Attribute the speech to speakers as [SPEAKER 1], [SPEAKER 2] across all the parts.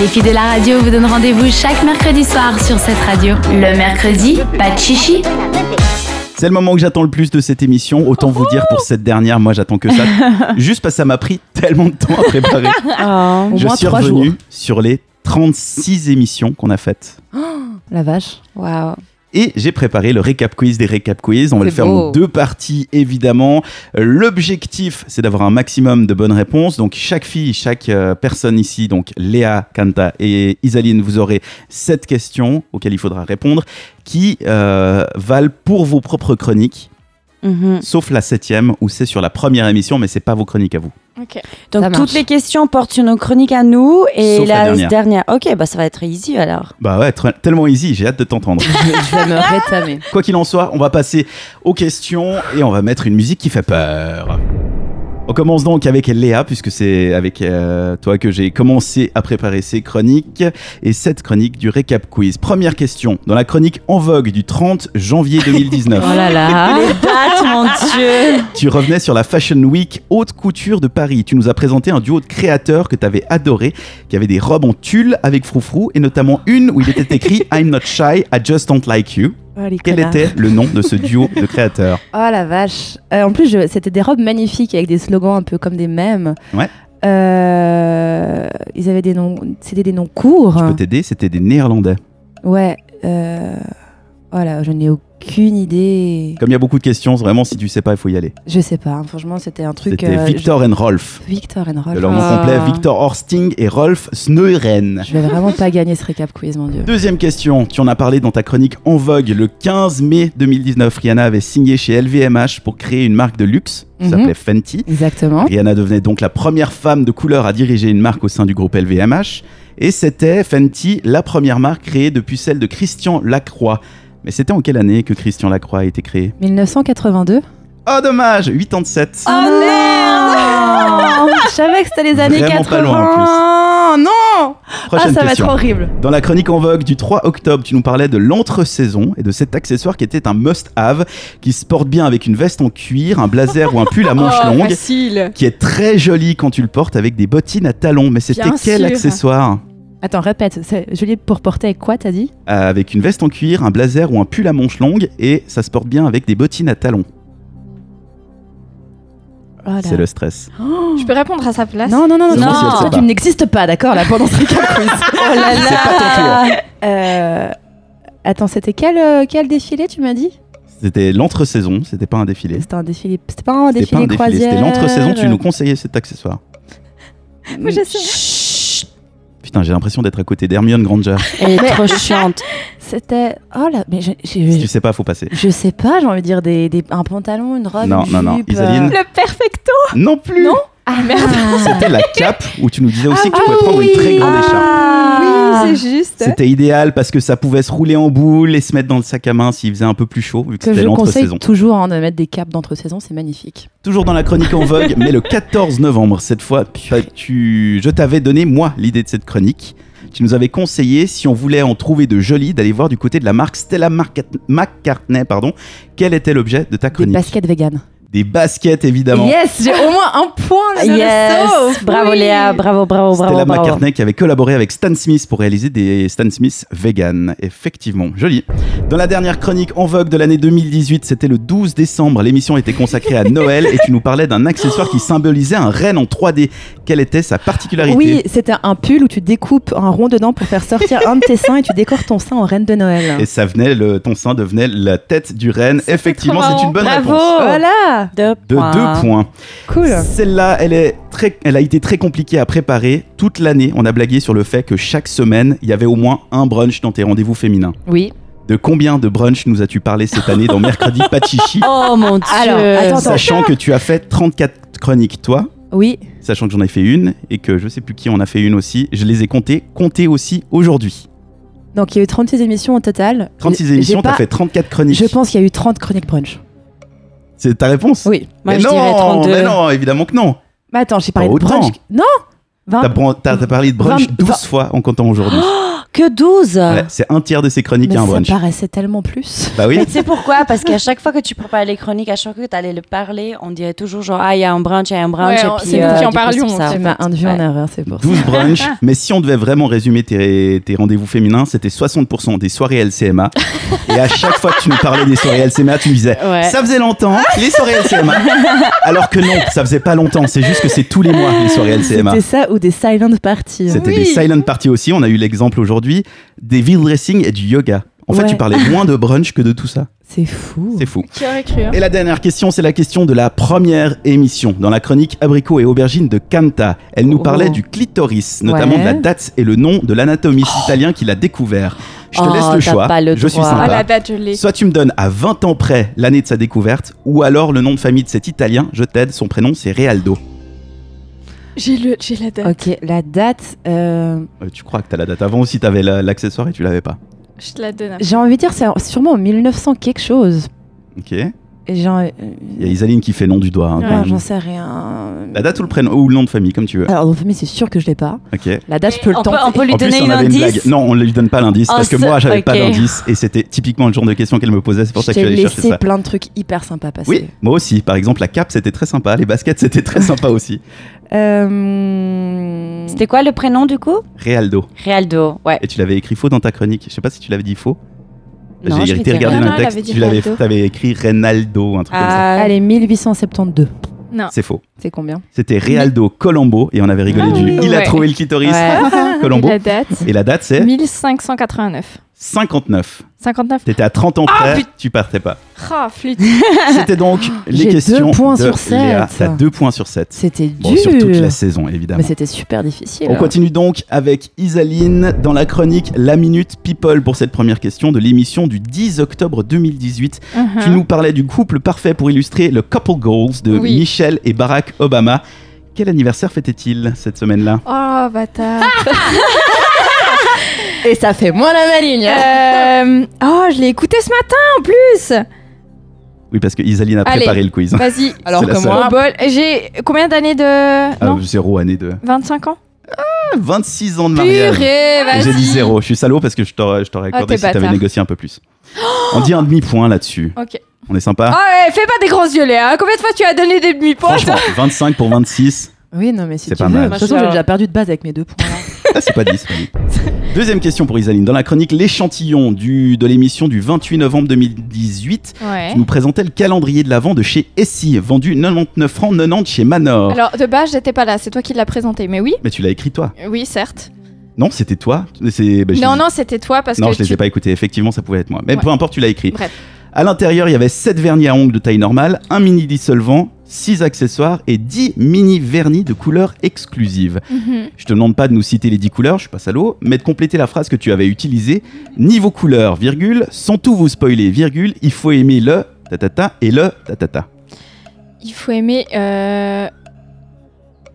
[SPEAKER 1] Les filles de la radio vous donnent rendez-vous chaque mercredi soir sur cette radio. Le mercredi, pas de chichi.
[SPEAKER 2] C'est le moment que j'attends le plus de cette émission. Autant vous dire pour cette dernière, moi j'attends que ça. Juste parce que ça m'a pris tellement de temps à préparer.
[SPEAKER 3] Oh,
[SPEAKER 4] Au
[SPEAKER 2] Je
[SPEAKER 4] moins
[SPEAKER 2] suis
[SPEAKER 4] trois jours.
[SPEAKER 2] revenu sur les 36 émissions qu'on a faites.
[SPEAKER 4] La vache.
[SPEAKER 3] Waouh.
[SPEAKER 2] Et j'ai préparé le récap quiz des récap quiz. On va le
[SPEAKER 3] C'est
[SPEAKER 2] faire
[SPEAKER 3] beau.
[SPEAKER 2] en deux parties, évidemment. Euh, L'objectif, c'est d'avoir un maximum de bonnes réponses. Donc, chaque fille, chaque euh, personne ici, donc Léa, Kanta et Isaline, vous aurez sept questions auxquelles il faudra répondre qui euh, valent pour vos propres chroniques,
[SPEAKER 3] Mhm.
[SPEAKER 2] sauf la septième où c'est sur la première émission, mais c'est pas vos chroniques à vous.
[SPEAKER 3] Donc
[SPEAKER 4] Ça marche.
[SPEAKER 3] toutes les questions portent sur nos chroniques à nous et
[SPEAKER 2] Sauf la dernière.
[SPEAKER 3] Ok, bah ça va être easy alors.
[SPEAKER 2] Bah ouais, tr- tellement easy, j'ai hâte de t'entendre.
[SPEAKER 4] Je vais me rétamer.
[SPEAKER 2] Quoi qu'il en soit, on va passer aux questions et on va mettre une musique qui fait peur. On commence donc avec Léa, puisque c'est avec euh, toi que j'ai commencé à préparer ces chroniques et cette chronique du récap quiz. Première question, dans la chronique en vogue du 30 janvier 2019,
[SPEAKER 4] Oh là là.
[SPEAKER 3] Date, mon dieu.
[SPEAKER 2] tu revenais sur la Fashion Week haute couture de Paris. Tu nous as présenté un duo de créateurs que tu avais adoré, qui avait des robes en tulle avec froufrou et notamment une où il était écrit I'm not shy, I just don't like you.
[SPEAKER 4] Oh, les
[SPEAKER 2] Quel
[SPEAKER 4] connards.
[SPEAKER 2] était le nom de ce duo de créateurs
[SPEAKER 4] Oh la vache. Euh, en plus, je- c'était des robes magnifiques avec des slogans un peu comme des mèmes.
[SPEAKER 2] Ouais.
[SPEAKER 4] Euh, ils avaient des noms, c'était des noms courts.
[SPEAKER 2] Je peux t'aider, c'était des Néerlandais.
[SPEAKER 4] Ouais. Euh... Voilà, je n'ai aucune idée.
[SPEAKER 2] Comme il y a beaucoup de questions, vraiment, si tu sais pas, il faut y aller.
[SPEAKER 4] Je sais pas. hein, franchement, c'était un truc.
[SPEAKER 2] C'était
[SPEAKER 4] euh,
[SPEAKER 2] Victor and Rolf.
[SPEAKER 4] je- Victor and Rolf. Oh,
[SPEAKER 2] Leur nom
[SPEAKER 3] Ah.
[SPEAKER 2] complet, Victor Horsting et Rolf Sneuren.
[SPEAKER 4] Je vais vraiment pas gagner ce récap quiz, mon dieu.
[SPEAKER 2] Deuxième question, tu en as parlé dans ta chronique En Vogue le 15 mai 2019. Rihanna avait signé chez LVMH pour créer une marque de luxe qui
[SPEAKER 4] Mhm.
[SPEAKER 2] s'appelait Fenty.
[SPEAKER 4] Exactement.
[SPEAKER 2] Rihanna devenait donc la première femme de couleur à diriger une marque au sein du groupe LVMH. Et c'était Fenty, la première marque créée depuis celle de Christian Lacroix. Mais c'était en quelle année que Christian Lacroix a été créé
[SPEAKER 4] 1982.
[SPEAKER 2] Oh dommage 87
[SPEAKER 4] Ah,
[SPEAKER 3] Oh
[SPEAKER 4] merde Oh, Je savais que c'était les années
[SPEAKER 2] Vraiment
[SPEAKER 4] 80.
[SPEAKER 2] pas loin, en plus.
[SPEAKER 4] Non Ah,
[SPEAKER 2] Prochaine
[SPEAKER 4] ça va
[SPEAKER 2] question.
[SPEAKER 4] être horrible.
[SPEAKER 2] Dans la chronique en vogue du 3 octobre, tu nous parlais de l'entre-saison et de cet accessoire qui était un must-have, qui se porte bien avec une veste en cuir, un blazer ou un pull à manches
[SPEAKER 4] Oh,
[SPEAKER 2] longues,
[SPEAKER 3] facile.
[SPEAKER 2] qui est très joli quand tu le portes avec des bottines à talons. Mais c'était
[SPEAKER 3] Bien
[SPEAKER 2] quel
[SPEAKER 3] sûr.
[SPEAKER 2] accessoire
[SPEAKER 4] Attends, répète. c'est- Juliette, pour porter quoi, t'as dit
[SPEAKER 2] Euh, Avec une veste en cuir, un blazer ou un pull à manches longues et ça se porte bien avec des bottines à talons.
[SPEAKER 4] Oh là.
[SPEAKER 2] C'est le stress.
[SPEAKER 5] Je peux répondre à sa place
[SPEAKER 4] Non, non, non, non,
[SPEAKER 2] Je pense
[SPEAKER 4] non,
[SPEAKER 2] qu'elle sait
[SPEAKER 4] toi,
[SPEAKER 2] pas.
[SPEAKER 4] tu n'existes pas, d'accord, là, pendant ce récap quiz.
[SPEAKER 3] Oh là
[SPEAKER 2] C'est pas ton hein.
[SPEAKER 3] là.
[SPEAKER 4] Euh, Attends, c'était quel, euh, quel défilé, tu m'as dit
[SPEAKER 2] C'était l'entre-saison, c'était pas un défilé.
[SPEAKER 4] C'était un défilé. C'était pas un
[SPEAKER 2] C'était pas
[SPEAKER 4] défilé
[SPEAKER 2] un défilé,
[SPEAKER 4] croisière.
[SPEAKER 2] c'était l'entre-saison, tu nous conseillais cet accessoire.
[SPEAKER 5] Moi, je sais.
[SPEAKER 3] Chut.
[SPEAKER 2] Putain, j'ai l'impression d'être à côté d'Hermione Granger.
[SPEAKER 3] Elle est trop chiante.
[SPEAKER 4] C'était. Oh là, mais je, je-
[SPEAKER 2] si tu sais pas, faut passer.
[SPEAKER 4] je sais pas, j'ai envie de dire des, des- un pantalon, une robe.
[SPEAKER 2] Non,
[SPEAKER 4] Oh, une
[SPEAKER 2] non, non,
[SPEAKER 4] jupe,
[SPEAKER 2] Isaline.
[SPEAKER 5] Le perfecto
[SPEAKER 2] Non plus
[SPEAKER 4] Ah merde
[SPEAKER 2] C'était la cape où tu nous disais aussi que tu
[SPEAKER 4] Ah
[SPEAKER 2] pouvais prendre une
[SPEAKER 4] oui.
[SPEAKER 2] très grande écharpe.
[SPEAKER 3] Ah.
[SPEAKER 5] Oui, c'est juste.
[SPEAKER 2] C'était idéal parce que ça pouvait se rouler en boule et se mettre dans le sac à main s'il faisait un peu plus chaud, vu que
[SPEAKER 4] Que
[SPEAKER 2] c'était
[SPEAKER 4] je conseille
[SPEAKER 2] l'entre-saison.
[SPEAKER 4] toujours hein, de mettre des capes d'entre-saison, c'est magnifique.
[SPEAKER 2] Toujours dans la chronique en vogue, mais le 14 novembre, cette fois, tu... je t'avais donné, moi, l'idée de cette chronique. Tu nous avais conseillé, si on voulait en trouver de jolies, d'aller voir du côté de la marque Stella Marca- McCartney, pardon, quel était l'objet de ta
[SPEAKER 4] Des
[SPEAKER 2] chronique
[SPEAKER 4] baskets vegan.
[SPEAKER 2] Des baskets, évidemment.
[SPEAKER 4] Yes, j'ai au moins un point là.
[SPEAKER 3] Yes. Bravo
[SPEAKER 5] Oui.
[SPEAKER 3] Léa. Bravo, bravo, bravo,
[SPEAKER 2] Stella
[SPEAKER 3] bravo.
[SPEAKER 2] McCartney qui avait collaboré avec Stan Smith pour réaliser des Stan Smith vegan. Effectivement, joli. Dans la dernière chronique en vogue de l'année 2018, c'était le 12 décembre. L'émission était consacrée à Noël et tu nous parlais d'un accessoire qui symbolisait un renne en 3D. Quelle était sa particularité
[SPEAKER 4] Oui, c'était un pull où tu découpes un rond dedans pour faire sortir un de tes seins et tu décores ton sein en reine de Noël.
[SPEAKER 2] Et ça venait, le, ton sein devenait la tête du renne. Effectivement,
[SPEAKER 5] trop
[SPEAKER 2] c'est
[SPEAKER 5] marrant.
[SPEAKER 2] une bonne réponse.
[SPEAKER 3] Bravo.
[SPEAKER 4] Voilà,
[SPEAKER 3] Deux
[SPEAKER 2] De
[SPEAKER 3] points.
[SPEAKER 2] deux points.
[SPEAKER 4] cool.
[SPEAKER 2] Celle-là, elle, est très- elle a été très compliquée à préparer. Toute l'année, on a blagué sur le fait que chaque semaine, il y avait au moins un brunch dans tes rendez-vous féminins.
[SPEAKER 4] Oui.
[SPEAKER 2] De combien de brunch nous as-tu parlé cette année dans Mercredi Pachichi
[SPEAKER 3] Oh mon dieu.
[SPEAKER 4] Alors, attends, attends.
[SPEAKER 2] Sachant que tu as fait 34 chroniques, toi,
[SPEAKER 4] Oui.
[SPEAKER 2] sachant que j'en ai fait une et que je sais plus qui en a fait une aussi, je les ai comptées, comptées aussi aujourd'hui.
[SPEAKER 4] Donc il y a eu 36 émissions au total.
[SPEAKER 2] 36
[SPEAKER 4] J'ai
[SPEAKER 2] émissions,
[SPEAKER 4] pas-
[SPEAKER 2] t'as fait 34 chroniques.
[SPEAKER 4] Je pense qu'il y a eu 30 chroniques brunch.
[SPEAKER 2] C'est ta réponse
[SPEAKER 4] Oui.
[SPEAKER 3] Moi
[SPEAKER 2] mais
[SPEAKER 3] je
[SPEAKER 2] non,
[SPEAKER 3] dirais 32.
[SPEAKER 2] mais non, évidemment que non.
[SPEAKER 4] Mais attends, j'ai parlé
[SPEAKER 2] Pas
[SPEAKER 4] de brunch.
[SPEAKER 2] autant.
[SPEAKER 4] Non
[SPEAKER 2] T'as
[SPEAKER 4] 20
[SPEAKER 2] bran- T'as t'as parlé de brunch
[SPEAKER 4] Hein vingt- Oh.
[SPEAKER 2] 12 fois en comptant aujourd'hui.
[SPEAKER 3] Que 12
[SPEAKER 2] Ouais, c'est un tiers de ces chroniques
[SPEAKER 4] Mais
[SPEAKER 2] à un
[SPEAKER 4] ça
[SPEAKER 2] hein, brunch.
[SPEAKER 4] paraissait tellement plus.
[SPEAKER 2] Bah oui.
[SPEAKER 3] Mais tu sais pourquoi Parce qu'à chaque fois que tu préparais les chroniques, à chaque fois que tu allais le parler, on dirait toujours genre Ah, il y a un brunch, il y a un brunch.
[SPEAKER 5] Ouais,
[SPEAKER 3] et
[SPEAKER 5] on-
[SPEAKER 3] puis,
[SPEAKER 5] c'est nous
[SPEAKER 3] euh,
[SPEAKER 5] qui en
[SPEAKER 3] du coup,
[SPEAKER 5] parlions,
[SPEAKER 3] c'est ça.
[SPEAKER 5] en
[SPEAKER 4] Tu m'as induit en erreur, c'est pour ça.
[SPEAKER 2] 12 brunchs, mais si on devait vraiment résumer tes, tes rendez-vous féminins, c'était 60% des soirées LCMA. Et à chaque fois que tu nous parlais des soirées LCMA, tu me disais
[SPEAKER 3] Ouais.
[SPEAKER 2] Ça faisait longtemps, les soirées LCMA. Alors que non, ça faisait pas longtemps, c'est juste que c'est tous les mois les soirées LCMA.
[SPEAKER 4] C'était ça ou des silent parties. hein.
[SPEAKER 2] C'était
[SPEAKER 5] Oui.
[SPEAKER 2] des silent parties aussi, on a eu l'exemple aujourd'hui, des wheel dressing et du yoga. En fait,
[SPEAKER 4] Ouais.
[SPEAKER 2] tu parlais moins de brunch que de tout ça.
[SPEAKER 4] C'est fou.
[SPEAKER 2] C'est fou.
[SPEAKER 5] Qui aurait cru hein
[SPEAKER 2] Et la dernière question, c'est la question de la première émission. Dans la chronique Abricot et Aubergine de Canta, elle nous parlait
[SPEAKER 4] Oh.
[SPEAKER 2] du clitoris, notamment
[SPEAKER 4] Ouais.
[SPEAKER 2] de la date et le nom de l'anatomiste italien qui l'a découvert. Je te
[SPEAKER 3] Oh,
[SPEAKER 2] laisse le
[SPEAKER 3] t'as
[SPEAKER 2] choix.
[SPEAKER 3] pas le
[SPEAKER 2] je suis
[SPEAKER 3] droit.
[SPEAKER 5] Ah
[SPEAKER 2] sympa.
[SPEAKER 5] la date, je l'ai.
[SPEAKER 2] Soit tu me donnes à 20 ans près l'année de sa découverte, ou alors le nom de famille de cet Italien, je t'aide, son prénom c'est Realdo.
[SPEAKER 5] J'ai le, j'ai la date.
[SPEAKER 4] Ok, la date, euh,
[SPEAKER 2] Euh, tu crois que t'as la date avant aussi, t'avais la- l'accessoire et tu l'avais pas.
[SPEAKER 5] Je te la donne. après.
[SPEAKER 4] j'ai envie de dire, c'est sûrement en 1900 quelque chose.
[SPEAKER 2] Ok Il
[SPEAKER 4] Et Genre, euh,
[SPEAKER 2] y a Isaline qui fait nom du doigt. hein,
[SPEAKER 5] Ouais,
[SPEAKER 2] quand
[SPEAKER 4] ah,
[SPEAKER 2] même.
[SPEAKER 4] j'en sais rien.
[SPEAKER 2] La date ou le prénom ou le nom de famille, comme tu veux.
[SPEAKER 4] Alors, famille, c'est sûr que je l'ai pas.
[SPEAKER 2] Ok.
[SPEAKER 4] La date, je peux le
[SPEAKER 3] on, peut,
[SPEAKER 4] tenter.
[SPEAKER 3] on peut lui
[SPEAKER 2] en plus,
[SPEAKER 3] donner
[SPEAKER 2] on
[SPEAKER 3] une
[SPEAKER 2] avait une blague.
[SPEAKER 3] indice.
[SPEAKER 2] Non, on lui donne pas l'indice
[SPEAKER 3] Oh,
[SPEAKER 2] parce que
[SPEAKER 3] ce-
[SPEAKER 2] moi, j'avais pas
[SPEAKER 3] ok.
[SPEAKER 2] d'indice et c'était typiquement le genre de question qu'elle me posait. C'est pour ça
[SPEAKER 4] je
[SPEAKER 2] que je
[SPEAKER 4] t'ai
[SPEAKER 2] suis allé
[SPEAKER 4] laissé
[SPEAKER 2] chercher ça.
[SPEAKER 4] plein de trucs hyper sympas passer.
[SPEAKER 2] Oui, moi aussi. Par exemple, la cape, c'était très sympa. Les baskets, c'était très sympa aussi.
[SPEAKER 4] Euh,
[SPEAKER 3] C'était quoi le prénom du coup
[SPEAKER 2] Realdo.
[SPEAKER 3] Realdo, ouais.
[SPEAKER 2] Et tu l'avais écrit faux dans ta chronique. Je sais pas si tu l'avais dit faux.
[SPEAKER 3] Non, je
[SPEAKER 2] J'ai
[SPEAKER 3] l'ai
[SPEAKER 2] été
[SPEAKER 3] dit
[SPEAKER 2] regarder
[SPEAKER 5] Realdo.
[SPEAKER 2] dans
[SPEAKER 5] Non,
[SPEAKER 2] le
[SPEAKER 5] elle
[SPEAKER 2] texte.
[SPEAKER 5] avait dit
[SPEAKER 2] tu l'avais,
[SPEAKER 5] Realdo.
[SPEAKER 2] t'avais écrit Renaldo, un truc comme ça.
[SPEAKER 3] Ah,
[SPEAKER 4] Allez, 1872.
[SPEAKER 2] C'est faux.
[SPEAKER 4] C'est combien
[SPEAKER 2] C'était Realdo Colombo et on avait rigolé
[SPEAKER 5] Ah
[SPEAKER 2] du.
[SPEAKER 5] oui.
[SPEAKER 2] Il a
[SPEAKER 5] Ouais.
[SPEAKER 2] trouvé le clitoris.
[SPEAKER 3] Ouais.
[SPEAKER 2] Colombo.
[SPEAKER 5] Et la date
[SPEAKER 2] Et la date, c'est
[SPEAKER 5] 1589.
[SPEAKER 2] 59.
[SPEAKER 5] 59.
[SPEAKER 2] T'étais à 30 ans près, tu partais pas.
[SPEAKER 5] Ah, flûte.
[SPEAKER 2] C'était donc les
[SPEAKER 4] J'ai
[SPEAKER 2] questions.
[SPEAKER 4] deux points
[SPEAKER 2] de
[SPEAKER 4] sur sept.
[SPEAKER 2] Léa. T'as deux points sur 7.
[SPEAKER 4] C'était
[SPEAKER 2] Bon,
[SPEAKER 4] dur.
[SPEAKER 2] sur toute la saison, évidemment.
[SPEAKER 4] Mais c'était super difficile.
[SPEAKER 2] On continue donc avec Isaline dans la chronique La Minute People pour cette première question de l'émission du 10 octobre 2018.
[SPEAKER 5] Uh-huh. Hein?
[SPEAKER 2] Tu nous parlais du couple parfait pour illustrer le Couple Goals de
[SPEAKER 5] Oui.
[SPEAKER 2] Michelle et Barack Obama. Quel anniversaire fêtait-il cette semaine-là
[SPEAKER 5] Oh, bâtard.
[SPEAKER 4] Et ça fait moins la maligne. hein.
[SPEAKER 5] Euh, Oh, je l'ai écouté ce matin en plus.
[SPEAKER 2] Oui, parce que Isaline a
[SPEAKER 5] Allez. bah,
[SPEAKER 2] préparé le quiz.
[SPEAKER 5] Vas-y.
[SPEAKER 2] Alors que
[SPEAKER 5] Au bol. J'ai combien d'années de.
[SPEAKER 2] Ah,
[SPEAKER 5] Non
[SPEAKER 2] zéro année de...
[SPEAKER 5] 25 ans
[SPEAKER 2] 26 ans de mariage.
[SPEAKER 5] Purée, vas-y.
[SPEAKER 2] J'ai dit zéro, je suis salaud parce que je t'aurais je t'aurais
[SPEAKER 5] Ah,
[SPEAKER 2] accordé
[SPEAKER 5] t'es
[SPEAKER 2] si t'avais
[SPEAKER 5] bâtard.
[SPEAKER 2] négocié un peu plus. On dit un demi-point là-dessus.
[SPEAKER 5] Ok.
[SPEAKER 2] On est sympa
[SPEAKER 5] Oh, ouais, fais pas des grands yeux, Léa. Combien de fois tu as donné des demi-points
[SPEAKER 2] Franchement, 25 pour 26,
[SPEAKER 4] Oui, non, mais si
[SPEAKER 2] C'est
[SPEAKER 4] tu
[SPEAKER 2] pas
[SPEAKER 4] veux.
[SPEAKER 2] mal.
[SPEAKER 4] De toute façon, j'ai déjà perdu de base avec mes deux points. hein.
[SPEAKER 2] Ah, c'est pas dit, c'est pas dit. Deuxième question pour Isaline. Dans la chronique L'échantillon du, de l'émission du 28 novembre 2018,
[SPEAKER 5] Ouais.
[SPEAKER 2] tu nous présentais le calendrier de l'Avent de chez Essie, vendu 99 francs 90 chez Manor.
[SPEAKER 5] Alors, de base, j'étais pas là. C'est toi qui l'as présenté. Mais oui,
[SPEAKER 2] Mais tu l'as écrit toi
[SPEAKER 5] oui, certes.
[SPEAKER 2] Non, c'était toi C'est- bah, je
[SPEAKER 5] non,
[SPEAKER 2] les-
[SPEAKER 5] non, c'était toi parce
[SPEAKER 2] non,
[SPEAKER 5] que.
[SPEAKER 2] je les
[SPEAKER 5] tu-
[SPEAKER 2] ai pas écoutés. Effectivement, ça pouvait être moi. Mais
[SPEAKER 5] Ouais.
[SPEAKER 2] peu importe, tu l'as écrit.
[SPEAKER 5] Bref.
[SPEAKER 2] À l'intérieur, il y avait 7 vernis à ongles de taille normale, un mini dissolvant, 6 accessoires et 10 mini vernis de couleur exclusive.
[SPEAKER 5] Mhm.
[SPEAKER 2] Je te demande pas de nous citer les 10 couleurs, je suis pas salaud, mais de compléter la phrase que tu avais utilisée. Niveau couleur, virgule, sans tout vous spoiler, virgule, il faut aimer le tatata et le tatata.
[SPEAKER 5] Il faut aimer. euh,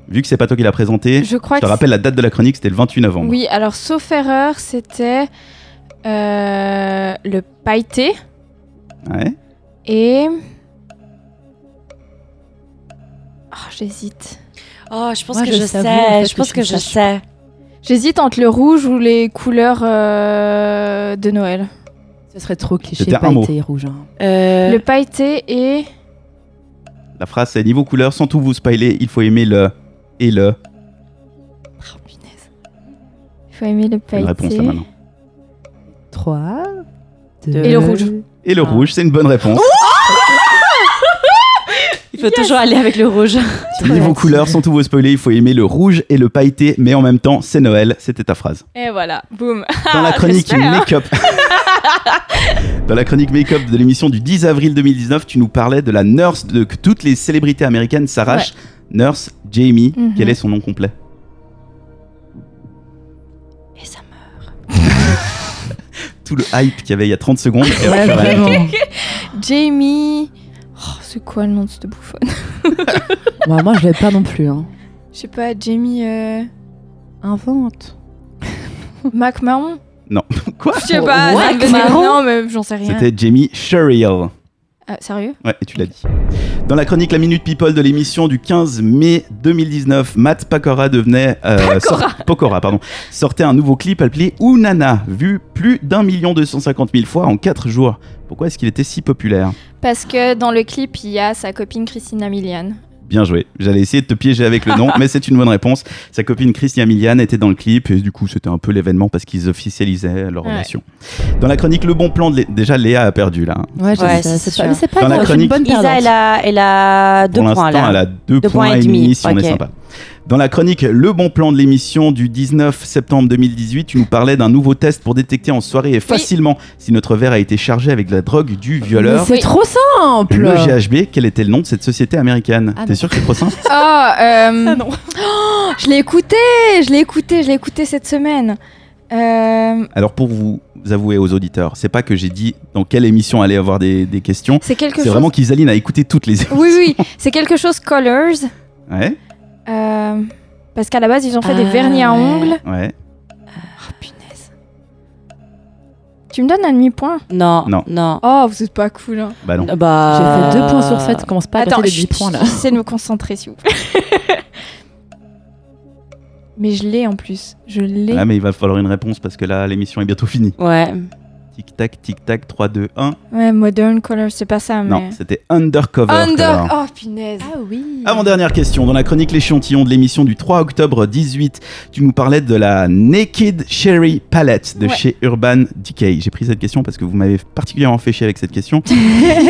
[SPEAKER 2] Vu que c'est pas toi qui l'as présenté, je,
[SPEAKER 5] Je crois
[SPEAKER 2] te
[SPEAKER 5] que.
[SPEAKER 2] rappelle la date de la chronique, c'était le 28 novembre.
[SPEAKER 5] Oui, alors sauf erreur, c'était euh, le pailleté
[SPEAKER 2] Ouais.
[SPEAKER 5] et. Oh, j'hésite.
[SPEAKER 3] Oh, je pense
[SPEAKER 4] Moi,
[SPEAKER 3] que
[SPEAKER 4] je
[SPEAKER 3] je
[SPEAKER 4] t'avoue, en
[SPEAKER 3] sais.
[SPEAKER 4] fait,
[SPEAKER 3] Je pense
[SPEAKER 4] que
[SPEAKER 3] que
[SPEAKER 4] je
[SPEAKER 3] je
[SPEAKER 4] sache
[SPEAKER 3] sais.
[SPEAKER 5] J'hésite entre le rouge ou les couleurs euh, de Noël.
[SPEAKER 4] Ce serait trop cliché,
[SPEAKER 2] C'était un mot.
[SPEAKER 4] pailleté et rouge. hein.
[SPEAKER 3] Euh,
[SPEAKER 5] Le pailleté et.
[SPEAKER 2] La phrase c'est niveau couleur, sans tout vous spoiler, il faut aimer le et le.
[SPEAKER 5] Oh, punaise. Il faut aimer le
[SPEAKER 2] Une
[SPEAKER 5] pailleté.
[SPEAKER 2] réponse là maintenant.
[SPEAKER 4] 3, 2,
[SPEAKER 5] Et le rouge.
[SPEAKER 2] Et le
[SPEAKER 3] Ah.
[SPEAKER 2] rouge, c'est une bonne réponse.
[SPEAKER 5] Oh,
[SPEAKER 3] Il faut toujours aller avec le rouge.
[SPEAKER 2] niveau couleur, sans tout vous spoiler, il faut aimer le rouge et le pailleté, mais en même temps, c'est Noël, c'était ta phrase.
[SPEAKER 5] Et voilà, boum.
[SPEAKER 2] dans la chronique
[SPEAKER 5] j'espère, hein.
[SPEAKER 2] Make-up. Dans la chronique Make-up de l'émission du 10 avril 2019, tu nous parlais de la nurse de, que toutes les célébrités américaines s'arrachent. Nurse Jamie,
[SPEAKER 5] Mhm.
[SPEAKER 2] quel est son nom complet
[SPEAKER 3] Et ça me-
[SPEAKER 2] Tout le hype qu'il y avait il y a 30 secondes. Et
[SPEAKER 4] Ouais,
[SPEAKER 2] on fait rien.
[SPEAKER 4] vraiment.
[SPEAKER 5] Jamie. Oh, c'est quoi le nom de cette bouffonne
[SPEAKER 4] Ouais, Bah, moi, je l'ai pas non plus. hein.
[SPEAKER 5] Je sais pas, Jamie. Euh...
[SPEAKER 4] Invente.
[SPEAKER 5] Mac Marron
[SPEAKER 2] Quoi
[SPEAKER 5] Je sais pas, ça
[SPEAKER 3] Mac
[SPEAKER 5] me faisait-
[SPEAKER 3] Marron
[SPEAKER 5] Non, mais j'en sais rien.
[SPEAKER 2] C'était Jamie Sherrill.
[SPEAKER 5] Ah, sérieux
[SPEAKER 2] Ouais, et tu l'as dit. Dans la chronique La Minute People de l'émission du 15 mai 2019, Matt Pokora devenait. euh, sort- Pokora, pardon. Sortait un nouveau clip appelé Unana, vu plus d'un million deux cent cinquante mille fois en 4 jours. Pourquoi est-ce qu'il était si populaire
[SPEAKER 5] Parce que dans le clip, il y a sa copine Christina Milian.
[SPEAKER 2] Bien joué. J'allais essayer de te piéger avec le nom, mais c'est une bonne réponse. Sa copine Christian Milian était dans le clip et du coup, c'était un peu l'événement parce qu'ils officialisaient leur
[SPEAKER 5] Ouais.
[SPEAKER 2] relation. Dans la chronique Le Bon Plan, de Lé- déjà Léa a perdu là. hein.
[SPEAKER 4] Ouais, je-
[SPEAKER 3] Ouais,
[SPEAKER 4] ça-
[SPEAKER 3] c'est
[SPEAKER 4] c'est pas,
[SPEAKER 3] sûr.
[SPEAKER 4] mais c'est pas
[SPEAKER 2] Dans la
[SPEAKER 4] grave, je suis
[SPEAKER 2] chronique-
[SPEAKER 4] une bonne
[SPEAKER 3] Isa,
[SPEAKER 4] perdante.
[SPEAKER 3] elle a, elle a deux
[SPEAKER 2] Pour
[SPEAKER 3] points
[SPEAKER 2] l'instant,
[SPEAKER 3] là.
[SPEAKER 2] elle a 2
[SPEAKER 3] Deux
[SPEAKER 2] points, et demi si on
[SPEAKER 3] ok.
[SPEAKER 2] est sympa. Dans la chronique Le Bon Plan de l'émission du 19 septembre 2018, tu nous parlais d'un nouveau test pour détecter en soirée et facilement si notre verre a été chargé avec de la drogue du
[SPEAKER 4] Mais
[SPEAKER 2] violeur.
[SPEAKER 4] c'est
[SPEAKER 5] Oui.
[SPEAKER 4] trop simple.
[SPEAKER 2] Le GHB, quel était le nom de cette société américaine
[SPEAKER 4] Ah,
[SPEAKER 2] T'es
[SPEAKER 4] non.
[SPEAKER 2] sûr que c'est trop simple
[SPEAKER 5] Oh,
[SPEAKER 4] Ah
[SPEAKER 5] euh, oh, je l'ai écouté, je l'ai écouté, je l'ai écouté cette semaine. Euh,
[SPEAKER 2] Alors pour vous avouer aux auditeurs, c'est pas que j'ai dit dans quelle émission allait avoir des, des questions,
[SPEAKER 5] c'est quelque
[SPEAKER 2] c'est
[SPEAKER 5] chose.
[SPEAKER 2] vraiment qu'Isaline a écouté toutes les émissions.
[SPEAKER 5] Oui, oui, c'est quelque chose Colors.
[SPEAKER 2] Ouais,
[SPEAKER 5] euh, parce qu'à la base, ils ont fait des
[SPEAKER 3] Ah,
[SPEAKER 5] vernis à
[SPEAKER 3] ouais.
[SPEAKER 5] ongles.
[SPEAKER 2] ouais.
[SPEAKER 5] Oh, punaise. Tu me donnes un demi-point
[SPEAKER 3] Non,
[SPEAKER 2] Non.
[SPEAKER 3] non.
[SPEAKER 5] Oh, vous êtes pas cool. Hein.
[SPEAKER 2] Bah non.
[SPEAKER 4] J'ai
[SPEAKER 3] Bah...
[SPEAKER 4] fait 2 points sur 7, commence pas à gratter
[SPEAKER 5] Attends,
[SPEAKER 4] les
[SPEAKER 5] je
[SPEAKER 4] 10 points là.
[SPEAKER 5] J'essaie de me concentrer, s'il vous plaît. Mais je l'ai en plus. Je l'ai.
[SPEAKER 2] Là, Ah, mais il va falloir une réponse parce que là, l'émission est bientôt finie.
[SPEAKER 3] Ouais.
[SPEAKER 2] Tic tac, tic tac, 3, 2, 1.
[SPEAKER 5] Ouais, Modern Colors, c'est pas ça, mais.
[SPEAKER 2] Non, c'était Undercover. Color.
[SPEAKER 5] Under. Oh, punaise.
[SPEAKER 4] Ah oui.
[SPEAKER 2] Avant-dernière question, dans la chronique L'échantillon de l'émission du 3 octobre 18, tu nous parlais de la Naked Cherry Palette de
[SPEAKER 5] Ouais.
[SPEAKER 2] chez Urban Decay. J'ai pris cette question parce que vous m'avez particulièrement fait chier avec cette question.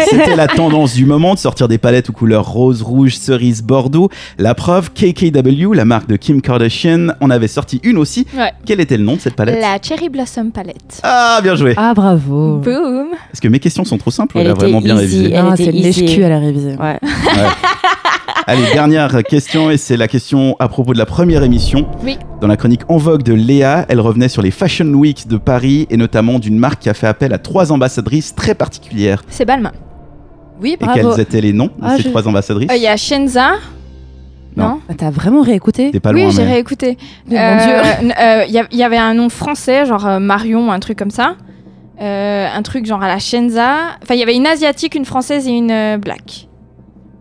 [SPEAKER 2] C'était la tendance du moment de sortir des palettes aux couleurs rose, rouge, cerise, bordeaux. La preuve, KKW, la marque de Kim Kardashian, en avait sorti une aussi.
[SPEAKER 5] Ouais.
[SPEAKER 2] Quel était le nom de cette palette Oh.
[SPEAKER 5] La Cherry Blossom Palette.
[SPEAKER 2] Ah, bien joué
[SPEAKER 4] Ah bravo.
[SPEAKER 5] Boom.
[SPEAKER 2] Est-ce que mes questions sont trop simples ou
[SPEAKER 3] Elle
[SPEAKER 2] elle a
[SPEAKER 3] était
[SPEAKER 2] vraiment bien
[SPEAKER 3] easy.
[SPEAKER 2] révisé
[SPEAKER 3] Elle
[SPEAKER 4] Ah,
[SPEAKER 3] était
[SPEAKER 4] c'est le
[SPEAKER 3] easy.
[SPEAKER 4] lèche-cul à la révisée.
[SPEAKER 3] Ouais.
[SPEAKER 2] Allez, dernière question, et c'est la question à propos de la première émission.
[SPEAKER 5] Oui.
[SPEAKER 2] Dans la chronique En Vogue de Léa, elle revenait sur les Fashion Weeks de Paris, et notamment d'une marque qui a fait appel à trois ambassadrices très particulières.
[SPEAKER 5] C'est Balmain.
[SPEAKER 4] Oui,
[SPEAKER 2] Et
[SPEAKER 4] bravo.
[SPEAKER 2] quels étaient les noms de
[SPEAKER 4] Ah,
[SPEAKER 2] ces
[SPEAKER 4] je-
[SPEAKER 2] trois ambassadrices
[SPEAKER 5] Euh, Il y a Shenza.
[SPEAKER 2] Non.
[SPEAKER 4] Ah, T'as vraiment réécouté
[SPEAKER 2] T'es pas
[SPEAKER 5] oui,
[SPEAKER 2] loin, Oh
[SPEAKER 5] j'ai
[SPEAKER 2] mais-
[SPEAKER 5] réécouté.
[SPEAKER 4] De
[SPEAKER 5] Euh,
[SPEAKER 4] Mon Dieu.
[SPEAKER 5] n- euh, Il y, a- il y avait un nom français, genre euh, Marion, un truc comme ça. Euh, un truc genre à la Shenza. Enfin, il y avait une asiatique, une française et une euh, black.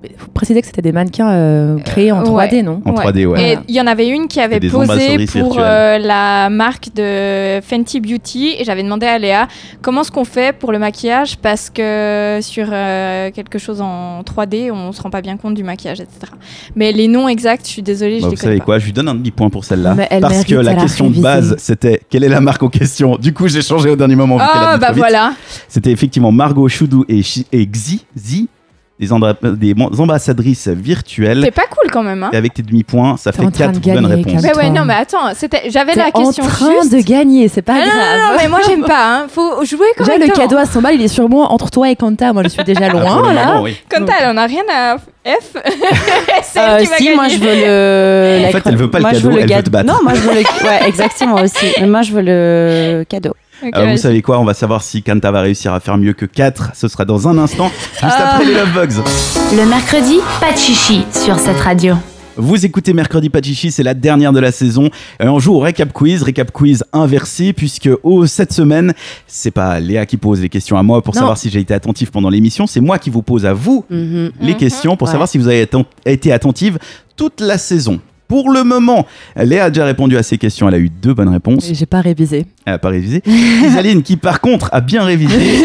[SPEAKER 4] Mais Faut préciser que c'était des mannequins euh, créés en
[SPEAKER 5] ouais.
[SPEAKER 4] 3D, non
[SPEAKER 2] En
[SPEAKER 5] Ouais.
[SPEAKER 2] 3D, ouais. Bah,
[SPEAKER 5] Et il y en avait une qui avait
[SPEAKER 2] des
[SPEAKER 5] posé
[SPEAKER 2] ambassadrices
[SPEAKER 5] pour
[SPEAKER 2] virtuelles.
[SPEAKER 5] euh, la marque de Fenty Beauty et j'avais demandé à Léa comment est-ce qu'on fait pour le maquillage parce que sur euh, quelque chose en 3D on se rend pas bien compte du maquillage etc. Mais les noms exacts, je suis désolée,
[SPEAKER 2] Bah,
[SPEAKER 5] je
[SPEAKER 2] vous
[SPEAKER 5] les connais
[SPEAKER 2] savez
[SPEAKER 5] pas.
[SPEAKER 2] quoi, je lui donne un demi-point pour celle-là.
[SPEAKER 4] Mais elle
[SPEAKER 2] Parce
[SPEAKER 4] mérite,
[SPEAKER 2] que la
[SPEAKER 4] elle a
[SPEAKER 2] question de
[SPEAKER 4] révisé.
[SPEAKER 2] base, c'était quelle est la marque en question Du coup, j'ai changé au dernier moment. vu qu'elle a
[SPEAKER 5] Ah
[SPEAKER 2] dit
[SPEAKER 5] bah
[SPEAKER 2] trop vite.
[SPEAKER 5] voilà.
[SPEAKER 2] C'était effectivement Margot Choudou et, Chi- et Xi, Xi, des, andra- des ambassadrices virtuelles.
[SPEAKER 5] C'est pas cool quand même hein.
[SPEAKER 2] Et avec tes demi-points, ça
[SPEAKER 4] T'es
[SPEAKER 2] fait
[SPEAKER 4] en train
[SPEAKER 2] 4
[SPEAKER 4] de gagner,
[SPEAKER 2] bonnes réponses.
[SPEAKER 4] Calme-toi.
[SPEAKER 5] Mais ouais non mais attends, c'était j'avais
[SPEAKER 4] T'es
[SPEAKER 5] la question
[SPEAKER 4] en train
[SPEAKER 5] juste.
[SPEAKER 4] de gagner, c'est pas
[SPEAKER 5] Ah, non,
[SPEAKER 4] grave.
[SPEAKER 5] non, non, mais moi j'aime pas hein. Faut jouer quand
[SPEAKER 4] Déjà,
[SPEAKER 5] même.
[SPEAKER 4] le cadeau à 100 balles, il est sur moi entre toi et Kanta. Moi, je suis déjà
[SPEAKER 2] Ah, pour
[SPEAKER 4] loin,
[SPEAKER 2] le
[SPEAKER 4] là.
[SPEAKER 2] moment, oui.
[SPEAKER 5] Quand elle en a rien à F. C'est elle
[SPEAKER 3] Euh,
[SPEAKER 5] qui va
[SPEAKER 3] si,
[SPEAKER 5] gagner.
[SPEAKER 3] moi je veux le.
[SPEAKER 2] En
[SPEAKER 3] la
[SPEAKER 2] fait,
[SPEAKER 3] chronique.
[SPEAKER 2] elle veut pas le
[SPEAKER 3] Moi, je
[SPEAKER 2] cadeau,
[SPEAKER 3] veux
[SPEAKER 2] elle veut
[SPEAKER 3] gad-
[SPEAKER 2] te battre.
[SPEAKER 3] Non, moi je veux le. Ouais, exactement aussi. Mais moi je veux le cadeau.
[SPEAKER 5] Ok,
[SPEAKER 2] Euh, vous
[SPEAKER 5] vas-y.
[SPEAKER 2] savez quoi On va savoir si Kanta va réussir à faire mieux que 4. Ce sera dans un instant, juste après les Love Bugs.
[SPEAKER 1] Le mercredi, pas de chichi sur cette radio.
[SPEAKER 2] Vous écoutez Mercredi Pachichi, c'est la dernière de la saison. Et on joue au récap quiz, récap quiz inversé, puisque oh, cette semaine, c'est pas Léa qui pose les questions à moi pour
[SPEAKER 4] Non.
[SPEAKER 2] savoir si j'ai été attentif pendant l'émission, c'est moi qui vous pose à vous
[SPEAKER 3] Mhm.
[SPEAKER 4] Mm,
[SPEAKER 2] les
[SPEAKER 5] Mhm.
[SPEAKER 2] questions pour
[SPEAKER 3] Ouais.
[SPEAKER 2] savoir si vous avez atten- été attentive toute la saison. Pour le moment, Léa a déjà répondu à ces questions, elle a eu deux bonnes réponses.
[SPEAKER 4] Et J'ai pas révisé.
[SPEAKER 2] Elle a Ah, pas révisé. Isaline, qui par contre a bien révisé,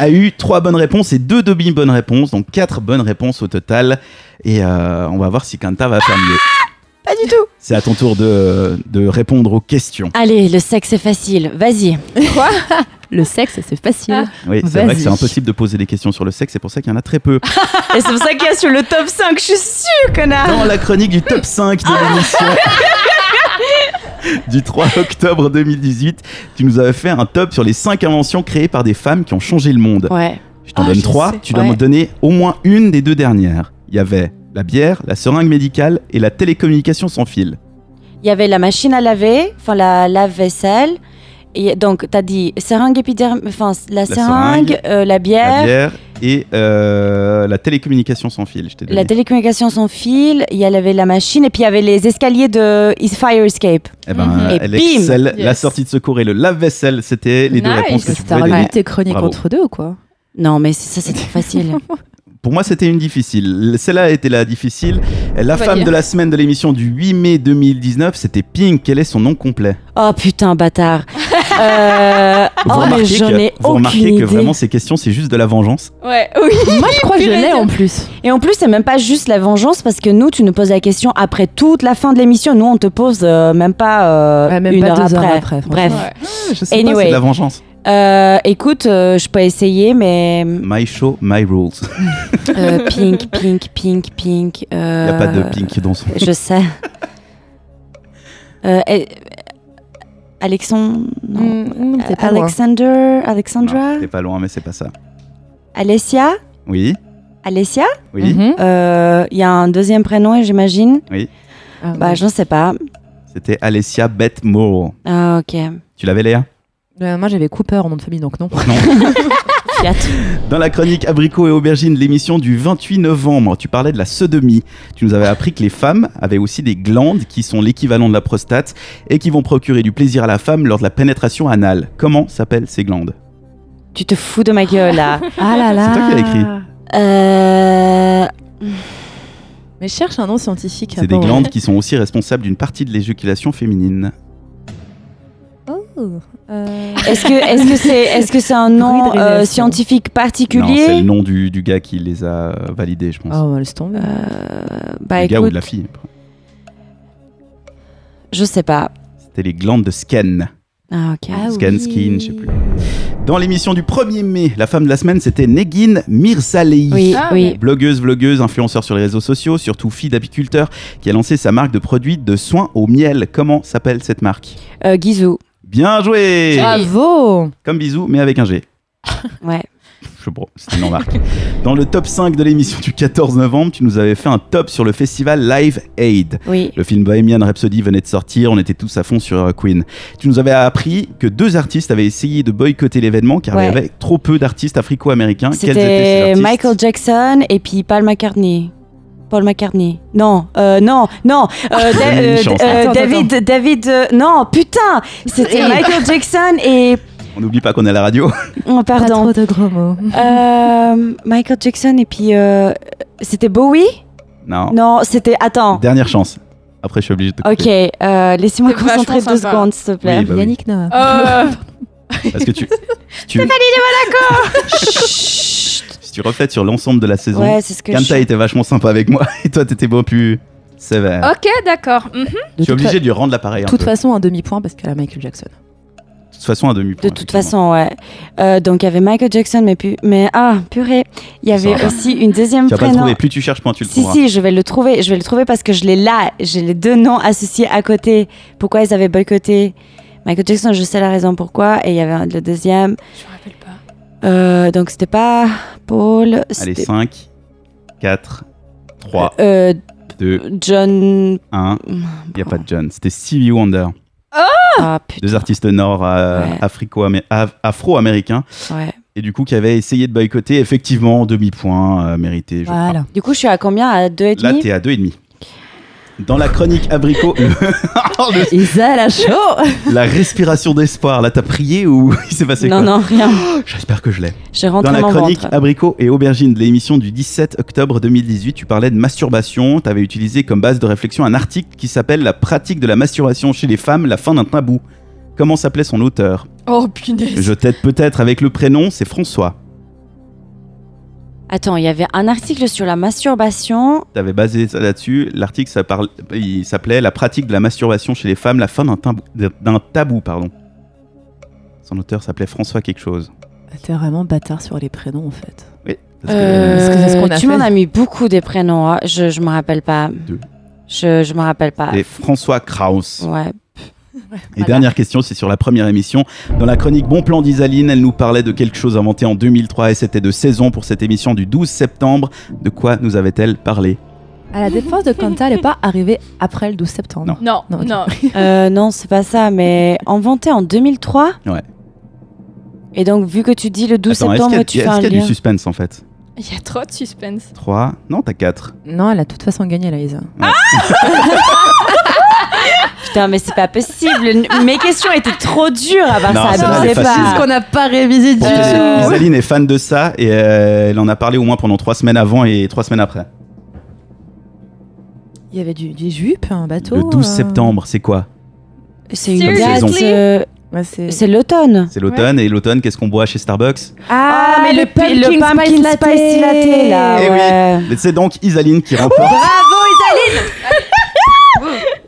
[SPEAKER 2] a eu trois bonnes réponses et deux demi-bonnes réponses, donc quatre bonnes réponses au total. Et euh, on va voir si Kanta va faire mieux.
[SPEAKER 5] Pas du tout.
[SPEAKER 2] C'est à ton tour de, de répondre aux questions.
[SPEAKER 3] Allez, le sexe est facile. Vas-y.
[SPEAKER 4] Le sexe, c'est facile.
[SPEAKER 2] Oui, c'est vrai
[SPEAKER 4] Vas-y.
[SPEAKER 2] que c'est impossible de poser des questions sur le sexe, c'est pour ça qu'il y en a très peu.
[SPEAKER 3] Et c'est pour ça qu'il y a sur le top 5, je suis sûre, connard.
[SPEAKER 2] Dans la chronique du top 5 de l'émission du 3 octobre 2018, tu nous avais fait un top sur les 5 inventions créées par des femmes qui ont changé le monde.
[SPEAKER 3] Ouais.
[SPEAKER 2] Je t'en
[SPEAKER 5] Ah,
[SPEAKER 2] donne
[SPEAKER 5] je
[SPEAKER 2] 3,
[SPEAKER 5] sais.
[SPEAKER 2] tu dois
[SPEAKER 3] Ouais.
[SPEAKER 2] me donner au moins une des deux dernières. Il y avait la bière, la seringue médicale et la télécommunication sans fil.
[SPEAKER 3] Il y avait la machine à laver, enfin la lave-vaisselle. Et donc, t'as dit seringue épidermique, enfin la, seringue,
[SPEAKER 2] seringue,
[SPEAKER 3] euh, la
[SPEAKER 2] La
[SPEAKER 3] bière,
[SPEAKER 2] bière et euh, la télécommunication sans fil, je t'ai donné.
[SPEAKER 3] la télécommunication sans fil, il y avait la machine, et puis il y avait les escaliers de Is- Fire Escape.
[SPEAKER 2] Eh ben,
[SPEAKER 5] Mhm.
[SPEAKER 3] Et
[SPEAKER 2] elle
[SPEAKER 3] bim
[SPEAKER 2] excelle.
[SPEAKER 5] Yes.
[SPEAKER 2] La sortie de secours et le lave-vaisselle, c'était les deux
[SPEAKER 5] Nice.
[SPEAKER 2] réponses que tu
[SPEAKER 4] T'as
[SPEAKER 2] pouvais donner.
[SPEAKER 4] revu tes chroniques
[SPEAKER 2] Bravo.
[SPEAKER 4] entre deux ou quoi
[SPEAKER 3] Non, mais c'est- ça, c'est trop facile.
[SPEAKER 2] Pour moi, c'était une difficile. Celle-là était la difficile. La
[SPEAKER 5] On va
[SPEAKER 2] femme
[SPEAKER 5] dire.
[SPEAKER 2] de la semaine de l'émission du 8 mai 2019, c'était Pink. Quel est son nom complet
[SPEAKER 3] Oh putain, bâtard. Euh, oh, mais j'en ai
[SPEAKER 2] que, vous remarquez
[SPEAKER 3] aucune
[SPEAKER 2] que
[SPEAKER 3] idée.
[SPEAKER 2] vraiment ces questions, c'est juste de la vengeance.
[SPEAKER 5] Ouais, oui.
[SPEAKER 4] Moi, je crois que je
[SPEAKER 5] Purée
[SPEAKER 4] l'ai
[SPEAKER 5] de-
[SPEAKER 4] en plus.
[SPEAKER 3] Et en plus, c'est même pas juste la vengeance parce que nous, tu nous poses la question après toute la fin de l'émission. Nous, on te pose euh, même pas euh,
[SPEAKER 4] Ouais, même
[SPEAKER 3] une
[SPEAKER 4] pas
[SPEAKER 3] heure
[SPEAKER 4] deux heures
[SPEAKER 3] après.
[SPEAKER 4] après, franchement.
[SPEAKER 3] Bref,
[SPEAKER 5] Ouais.
[SPEAKER 2] Ah, Je sais pas,
[SPEAKER 3] Anyway.
[SPEAKER 2] c'est de la vengeance.
[SPEAKER 3] Euh, écoute, euh, je peux essayer, mais
[SPEAKER 2] My show, my rules.
[SPEAKER 3] euh, pink, pink, pink, pink. Il
[SPEAKER 2] Il n'y a pas de
[SPEAKER 3] Euh,
[SPEAKER 2] Pink dans son.
[SPEAKER 3] Je sais. euh, eh, Alexon- non.
[SPEAKER 4] Mm, mm, c'est pas loin.
[SPEAKER 3] Alexander,
[SPEAKER 2] Non,
[SPEAKER 3] Alexandra,
[SPEAKER 2] t'es pas loin, mais c'est pas ça.
[SPEAKER 3] Alessia,
[SPEAKER 2] Oui,
[SPEAKER 3] Alessia.
[SPEAKER 2] oui.
[SPEAKER 4] Mhm.
[SPEAKER 3] Euh, Il y a un deuxième prénom, j'imagine.
[SPEAKER 4] Ah,
[SPEAKER 3] Bah,
[SPEAKER 4] ouais.
[SPEAKER 3] je ne sais pas.
[SPEAKER 2] C'était Alessia Beth Moore.
[SPEAKER 3] Ah, ok.
[SPEAKER 2] Tu l'avais, Léa
[SPEAKER 4] Euh, moi, j'avais Cooper en nom de famille, donc non.
[SPEAKER 3] Fiat.
[SPEAKER 2] Dans la chronique Abricot et Aubergine, l'émission du 28 novembre, tu parlais de la sodomie. Tu nous avais appris que les femmes avaient aussi des glandes qui sont l'équivalent de la prostate et qui vont procurer du plaisir à la femme lors de la pénétration anale. Comment s'appellent ces glandes
[SPEAKER 3] Tu te fous de ma gueule, là.
[SPEAKER 4] Ah là là.
[SPEAKER 2] C'est toi qui l'as écrit.
[SPEAKER 3] Euh,
[SPEAKER 4] Mais je cherche un nom scientifique.
[SPEAKER 2] C'est des
[SPEAKER 4] Bon.
[SPEAKER 2] glandes qui sont aussi responsables d'une partie de l'éjaculation féminine.
[SPEAKER 4] Oh, euh,
[SPEAKER 3] Est-ce que est-ce que c'est est-ce que c'est un nom
[SPEAKER 4] Druide
[SPEAKER 3] euh,
[SPEAKER 4] Révélation.
[SPEAKER 3] scientifique
[SPEAKER 2] Non, c'est
[SPEAKER 3] particulier
[SPEAKER 2] le nom du, du gars qui les a euh, validées, je pense.
[SPEAKER 4] Oh, laisse tomber.
[SPEAKER 3] Euh, Bah
[SPEAKER 2] du gars ou
[SPEAKER 3] écoute,
[SPEAKER 2] de la fille.
[SPEAKER 3] je sais pas.
[SPEAKER 2] C'était les glandes de Sken.
[SPEAKER 3] Ah ok.
[SPEAKER 2] Scan, skin, je sais plus. Dans l'émission du 1er mai, la femme de la semaine, c'était Negin Mirsalei.
[SPEAKER 3] oui,
[SPEAKER 5] Ah,
[SPEAKER 3] oui.
[SPEAKER 2] Blogueuse, vlogueuse, influenceur sur les réseaux sociaux, surtout fille d'apiculteur, qui a lancé sa marque de produits de soins au miel. Comment s'appelle cette marque
[SPEAKER 3] Euh, Guizou.
[SPEAKER 2] Bien joué
[SPEAKER 4] Bravo
[SPEAKER 2] Comme bisous, mais avec un G.
[SPEAKER 3] Ouais.
[SPEAKER 2] Je sais pas, c'est une marque. Dans le top 5 de l'émission du 14 novembre, tu nous avais fait un top sur le festival Live Aid.
[SPEAKER 3] Oui.
[SPEAKER 2] Le film Bohemian Rhapsody venait de sortir, on était tous à fond sur euh, Queen. Tu nous avais appris que deux artistes avaient essayé de boycotter l'événement car
[SPEAKER 3] Ouais.
[SPEAKER 2] il y avait trop peu d'artistes africo-américains. Hein, Quels étaient ces
[SPEAKER 3] C'était
[SPEAKER 2] artistes
[SPEAKER 3] Michael Jackson et puis Paul McCartney. Paul McCartney. Non, euh, non, non. euh, Da-
[SPEAKER 2] une
[SPEAKER 3] euh,
[SPEAKER 2] chance,
[SPEAKER 3] euh,
[SPEAKER 2] hein.
[SPEAKER 4] Attends,
[SPEAKER 3] David, David. euh, non, putain. C'était Michael Jackson et.
[SPEAKER 2] On n'oublie pas qu'on est à la radio.
[SPEAKER 3] Oh,
[SPEAKER 4] Pas
[SPEAKER 3] pardon.
[SPEAKER 4] trop de gros mots.
[SPEAKER 3] Euh, Michael Jackson et puis euh, c'était Bowie.
[SPEAKER 2] non.
[SPEAKER 3] Non, c'était. Attends.
[SPEAKER 2] Dernière chance. Après, je suis obligé de te couper.
[SPEAKER 3] Ok, euh, laissez-moi
[SPEAKER 5] C'est vachement
[SPEAKER 3] concentrer deux
[SPEAKER 5] sympa.
[SPEAKER 3] secondes, s'il te plaît.
[SPEAKER 2] Oui, bah oui.
[SPEAKER 4] Yannick Noah.
[SPEAKER 5] Euh,
[SPEAKER 2] Parce que tu. tu si tu reflètes sur l'ensemble de la saison,
[SPEAKER 3] Ouais, c'est ce que
[SPEAKER 2] Kanta
[SPEAKER 3] je...
[SPEAKER 2] était vachement sympa avec moi et toi, t'étais beaucoup plus sévère.
[SPEAKER 3] Oh,
[SPEAKER 5] ok, d'accord. Mhm.
[SPEAKER 4] De
[SPEAKER 2] Je suis
[SPEAKER 4] toute,
[SPEAKER 2] obligé
[SPEAKER 4] fa-
[SPEAKER 2] de lui rendre l'appareil un
[SPEAKER 4] toute
[SPEAKER 2] peu.
[SPEAKER 4] façon, un demi-point parce qu'elle a Michael Jackson.
[SPEAKER 2] De toute façon, un demi-point.
[SPEAKER 3] De toute
[SPEAKER 2] effectivement.
[SPEAKER 3] façon, ouais. Euh, donc, il y avait Michael Jackson, mais, pu... mais ah, purée. Il y
[SPEAKER 2] Ça va.
[SPEAKER 3] avait aussi une deuxième
[SPEAKER 2] Tu vas pas le
[SPEAKER 3] prénom.
[SPEAKER 2] trouver. Plus tu cherches, moins tu le
[SPEAKER 3] si,
[SPEAKER 2] trouveras.
[SPEAKER 3] si, je vais le trouver. Je vais le trouver parce que je l'ai là. J'ai les deux noms associés à côté. Pourquoi ils avaient boycotté Michael Jackson, je sais la raison pourquoi. Et il y avait un- le deuxième.
[SPEAKER 5] Je me rappelle pas.
[SPEAKER 3] Euh, donc, c'était pas Paul.
[SPEAKER 2] Allez,
[SPEAKER 3] C'était
[SPEAKER 2] 5, 4, 3,
[SPEAKER 3] euh, oh,
[SPEAKER 2] 2,
[SPEAKER 3] John.
[SPEAKER 2] 1. Il n'y a pas de John. C'était Stevie Wonder.
[SPEAKER 3] Ah, putain.
[SPEAKER 2] Deux artistes nord euh,
[SPEAKER 3] Ouais.
[SPEAKER 2] africo-amé- av- afro-américains.
[SPEAKER 3] Ouais.
[SPEAKER 2] Et du coup, qui avaient essayé de boycotter. Effectivement, demi-point euh, mérité, je crois.
[SPEAKER 4] Voilà.
[SPEAKER 3] Du coup, je suis à combien À deux et
[SPEAKER 2] Là,
[SPEAKER 3] demi
[SPEAKER 2] t'es à 2,5. Dans la chronique abricot, le- le-
[SPEAKER 4] Isa, la chaud
[SPEAKER 2] la respiration d'espoir, là t'as prié ou il s'est passé
[SPEAKER 3] Non,
[SPEAKER 2] quoi
[SPEAKER 3] non, rien.
[SPEAKER 2] J'espère que je l'ai.
[SPEAKER 3] Je
[SPEAKER 2] Dans
[SPEAKER 3] rentre
[SPEAKER 2] la
[SPEAKER 3] mon
[SPEAKER 2] chronique
[SPEAKER 3] ventre.
[SPEAKER 2] Abricot et Aubergine de l'émission du 17 octobre 2018, tu parlais de masturbation. Tu avais utilisé comme base de réflexion un article qui s'appelle La pratique de la masturbation chez les femmes, la fin d'un tabou. Comment s'appelait son auteur
[SPEAKER 5] Oh punaise.
[SPEAKER 2] Je t'aide peut-être avec le prénom, c'est François.
[SPEAKER 3] Attends, il y avait un article sur la masturbation.
[SPEAKER 2] Tu avais basé ça là-dessus. L'article ça parle- il s'appelait La pratique de la masturbation chez les femmes, la fin d'un tabou. d'un tabou, pardon. Son auteur s'appelait François quelque chose.
[SPEAKER 4] T'es vraiment bâtard sur les prénoms en fait.
[SPEAKER 2] Oui. parce que-
[SPEAKER 3] Euh,
[SPEAKER 4] Parce que c'est ce qu'on a
[SPEAKER 3] tu m'en
[SPEAKER 4] fait.
[SPEAKER 3] as mis beaucoup des prénoms. hein. Je je me rappelle pas.
[SPEAKER 2] Deux.
[SPEAKER 3] Je je me rappelle pas.
[SPEAKER 2] Et François Kraus.
[SPEAKER 3] Ouais.
[SPEAKER 2] Et dernière question, c'est sur la première émission. Dans la chronique Bon Plan d'Isaline, elle nous parlait de quelque chose inventé en 2003 et c'était de saison pour cette émission du 12 septembre. De quoi nous avait-elle parlé
[SPEAKER 4] À la défense de Kanta, elle n'est pas arrivée après le 12 septembre.
[SPEAKER 2] Non.
[SPEAKER 5] Non,
[SPEAKER 4] Non,
[SPEAKER 5] non.
[SPEAKER 4] ok.
[SPEAKER 3] Euh, non, c'est pas ça, mais inventé en 2003.
[SPEAKER 2] Ouais.
[SPEAKER 3] Et donc, vu que tu dis le 12
[SPEAKER 2] Attends, est-ce qu'il y
[SPEAKER 3] septembre,
[SPEAKER 2] a,
[SPEAKER 3] tu
[SPEAKER 2] est-ce
[SPEAKER 3] fais un
[SPEAKER 2] qu'il y a
[SPEAKER 3] lien.
[SPEAKER 2] du suspense en fait
[SPEAKER 5] Il y a trop de suspense.
[SPEAKER 2] 3 Non, t'as 4.
[SPEAKER 4] Non, elle a de toute façon gagné, la Isa.
[SPEAKER 3] Putain, mais c'est pas possible. Mes questions étaient trop dures à part
[SPEAKER 2] Non,
[SPEAKER 3] ça.
[SPEAKER 2] celle-là, elle est
[SPEAKER 3] abusez
[SPEAKER 2] facile.
[SPEAKER 3] pas.
[SPEAKER 4] qu'on n'a pas révisé du
[SPEAKER 2] Ah.
[SPEAKER 3] Euh,
[SPEAKER 2] Pour te dire,
[SPEAKER 4] tout.
[SPEAKER 2] Isaline est fan de ça et euh, elle en a parlé au moins pendant trois semaines avant et trois semaines après.
[SPEAKER 4] Il y avait du, des jupes, un bateau.
[SPEAKER 2] Le 12
[SPEAKER 4] euh,
[SPEAKER 2] septembre, c'est quoi
[SPEAKER 3] C'est une
[SPEAKER 5] Seriously
[SPEAKER 3] date. euh,
[SPEAKER 4] ouais, Bah, c'est-
[SPEAKER 3] C'est l'automne.
[SPEAKER 2] C'est l'automne et l'automne, qu'est-ce qu'on boit chez Starbucks
[SPEAKER 4] Ah, mais le, pumpkin,
[SPEAKER 3] le pumpkin
[SPEAKER 4] spice latte.
[SPEAKER 3] latte, là.
[SPEAKER 2] Eh oui.
[SPEAKER 3] ouais.
[SPEAKER 5] Ah.
[SPEAKER 2] Mais C'est donc Isaline qui remporte.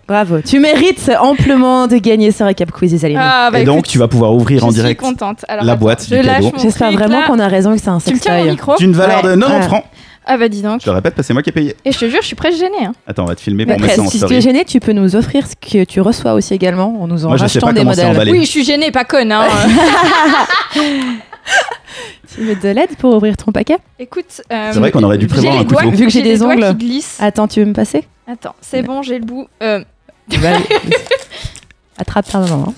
[SPEAKER 4] Bravo, tu mérites amplement de gagner ce récap quiz, Isaline.
[SPEAKER 5] Ah, bah
[SPEAKER 2] et donc,
[SPEAKER 5] écoute,
[SPEAKER 2] tu vas pouvoir ouvrir en
[SPEAKER 5] je
[SPEAKER 2] direct
[SPEAKER 5] suis contente. Alors,
[SPEAKER 2] la
[SPEAKER 5] attends,
[SPEAKER 2] boîte
[SPEAKER 5] je
[SPEAKER 2] du
[SPEAKER 5] lâche
[SPEAKER 2] cadeau.
[SPEAKER 5] mon
[SPEAKER 4] J'espère
[SPEAKER 5] fric,
[SPEAKER 4] vraiment
[SPEAKER 5] là.
[SPEAKER 4] qu'on a raison que c'est un
[SPEAKER 5] Tu me tiens mon
[SPEAKER 4] sextoy.
[SPEAKER 5] micro
[SPEAKER 2] d'une valeur de 90
[SPEAKER 4] Ouais.
[SPEAKER 2] francs.
[SPEAKER 5] Ah bah dis donc.
[SPEAKER 2] Je le répète, parce que c'est moi qui ai payé.
[SPEAKER 5] Et je te jure, je suis presque gênée. hein.
[SPEAKER 2] Attends, on va te filmer
[SPEAKER 4] Mais
[SPEAKER 2] pour mettre ça en
[SPEAKER 4] Bah, si tu es
[SPEAKER 2] story.
[SPEAKER 4] gêné, tu peux nous offrir ce que tu reçois aussi également en nous en
[SPEAKER 2] Moi, je sais
[SPEAKER 4] rachetant
[SPEAKER 2] pas
[SPEAKER 4] des
[SPEAKER 2] comment c'est
[SPEAKER 4] modèles.
[SPEAKER 2] emballé. Allez.
[SPEAKER 5] Oui, je suis gênée, pas conne. hein.
[SPEAKER 4] Tu veux de l'aide pour ouvrir ton paquet
[SPEAKER 5] Écoute, euh,
[SPEAKER 2] C'est vrai qu'on aurait dû
[SPEAKER 5] j'ai
[SPEAKER 2] prévoir
[SPEAKER 5] les
[SPEAKER 2] un
[SPEAKER 5] doigts-
[SPEAKER 2] couteau.
[SPEAKER 4] Vu que j'ai des
[SPEAKER 5] les doigts
[SPEAKER 4] ongles.
[SPEAKER 5] qui glissent.
[SPEAKER 4] Attends, tu veux me passer
[SPEAKER 5] Attends, c'est bon, j'ai le bout. Euh,
[SPEAKER 4] Attrape ta maman.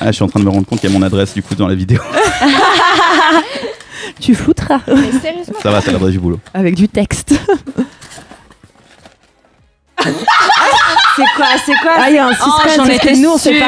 [SPEAKER 2] Ah, je suis en train de me rendre compte qu'il y a mon adresse du coup dans la vidéo.
[SPEAKER 4] Tu flouteras
[SPEAKER 5] mais sérieusement,
[SPEAKER 2] Ça va, c'est l'adresse du boulot.
[SPEAKER 4] avec du texte.
[SPEAKER 3] C'est quoi C'est quoi
[SPEAKER 4] Ah, il y a un
[SPEAKER 3] Oh,
[SPEAKER 4] suspense,
[SPEAKER 3] j'en
[SPEAKER 4] c'est
[SPEAKER 3] étais
[SPEAKER 4] que nous, on sait
[SPEAKER 3] sûre.
[SPEAKER 4] pas.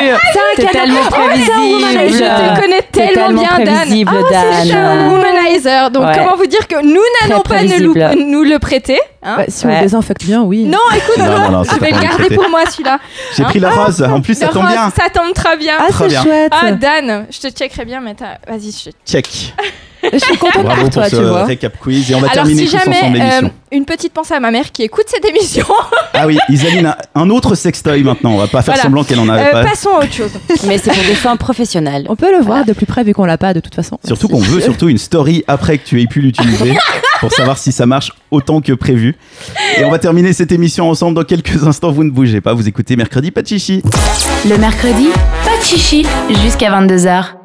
[SPEAKER 3] T'es tellement
[SPEAKER 5] je
[SPEAKER 3] prévisible.
[SPEAKER 5] te connais
[SPEAKER 3] T'es
[SPEAKER 5] tellement bien, Dan. Oh,
[SPEAKER 3] prévisible, Dan. Ah,
[SPEAKER 5] C'est un womanizer, donc
[SPEAKER 3] Ouais.
[SPEAKER 5] comment vous dire que nous n'allons
[SPEAKER 3] Très
[SPEAKER 5] pas nous,
[SPEAKER 3] prévisible.
[SPEAKER 5] louper- nous le prêter hein
[SPEAKER 4] Ouais, Bah, si on
[SPEAKER 3] Ouais.
[SPEAKER 4] désinfecte bien, oui.
[SPEAKER 5] Non, écoute,
[SPEAKER 2] Non, non, non,
[SPEAKER 5] je
[SPEAKER 2] Ah, c'est pas
[SPEAKER 5] vais le
[SPEAKER 2] pour
[SPEAKER 5] garder
[SPEAKER 2] traiter.
[SPEAKER 5] Ah, pour moi celui-là.
[SPEAKER 2] J'ai
[SPEAKER 5] Hein
[SPEAKER 2] pris la rose, en plus ça
[SPEAKER 5] Le
[SPEAKER 2] tombe
[SPEAKER 5] rose,
[SPEAKER 2] bien.
[SPEAKER 5] ça tombe très bien.
[SPEAKER 4] Ah,
[SPEAKER 2] Très
[SPEAKER 4] c'est
[SPEAKER 2] bien.
[SPEAKER 4] chouette.
[SPEAKER 5] Ah, Dan, je te checkerai bien, mais t'as- vas-y, je
[SPEAKER 2] Check.
[SPEAKER 4] je suis
[SPEAKER 5] Ah,
[SPEAKER 4] contente
[SPEAKER 2] Bravo pour
[SPEAKER 4] pour toi, tu
[SPEAKER 2] ce
[SPEAKER 4] vois.
[SPEAKER 2] récap quiz et on va
[SPEAKER 5] Alors,
[SPEAKER 2] terminer
[SPEAKER 5] si
[SPEAKER 2] tous
[SPEAKER 5] jamais,
[SPEAKER 2] ensemble l'émission.
[SPEAKER 5] euh, une petite pensée à ma mère qui écoute cette émission,
[SPEAKER 2] Ah oui, Isaline a un autre sextoy maintenant. On va pas faire
[SPEAKER 5] Voilà.
[SPEAKER 2] semblant qu'elle en
[SPEAKER 5] euh,
[SPEAKER 2] avait pas.
[SPEAKER 5] passons à autre chose.
[SPEAKER 3] Mais c'est pour des fins professionnelles.
[SPEAKER 4] On peut le voir de plus près vu qu'on l'a pas de toute façon.
[SPEAKER 2] Surtout qu'on veut surtout une story après que tu aies pu l'utiliser pour savoir si ça marche autant que prévu. Et on va terminer cette émission ensemble dans quelques instants. Vous ne bougez pas, vous écoutez mercredi pas de chichi.
[SPEAKER 1] Le mercredi, pas de chichi jusqu'à 22h.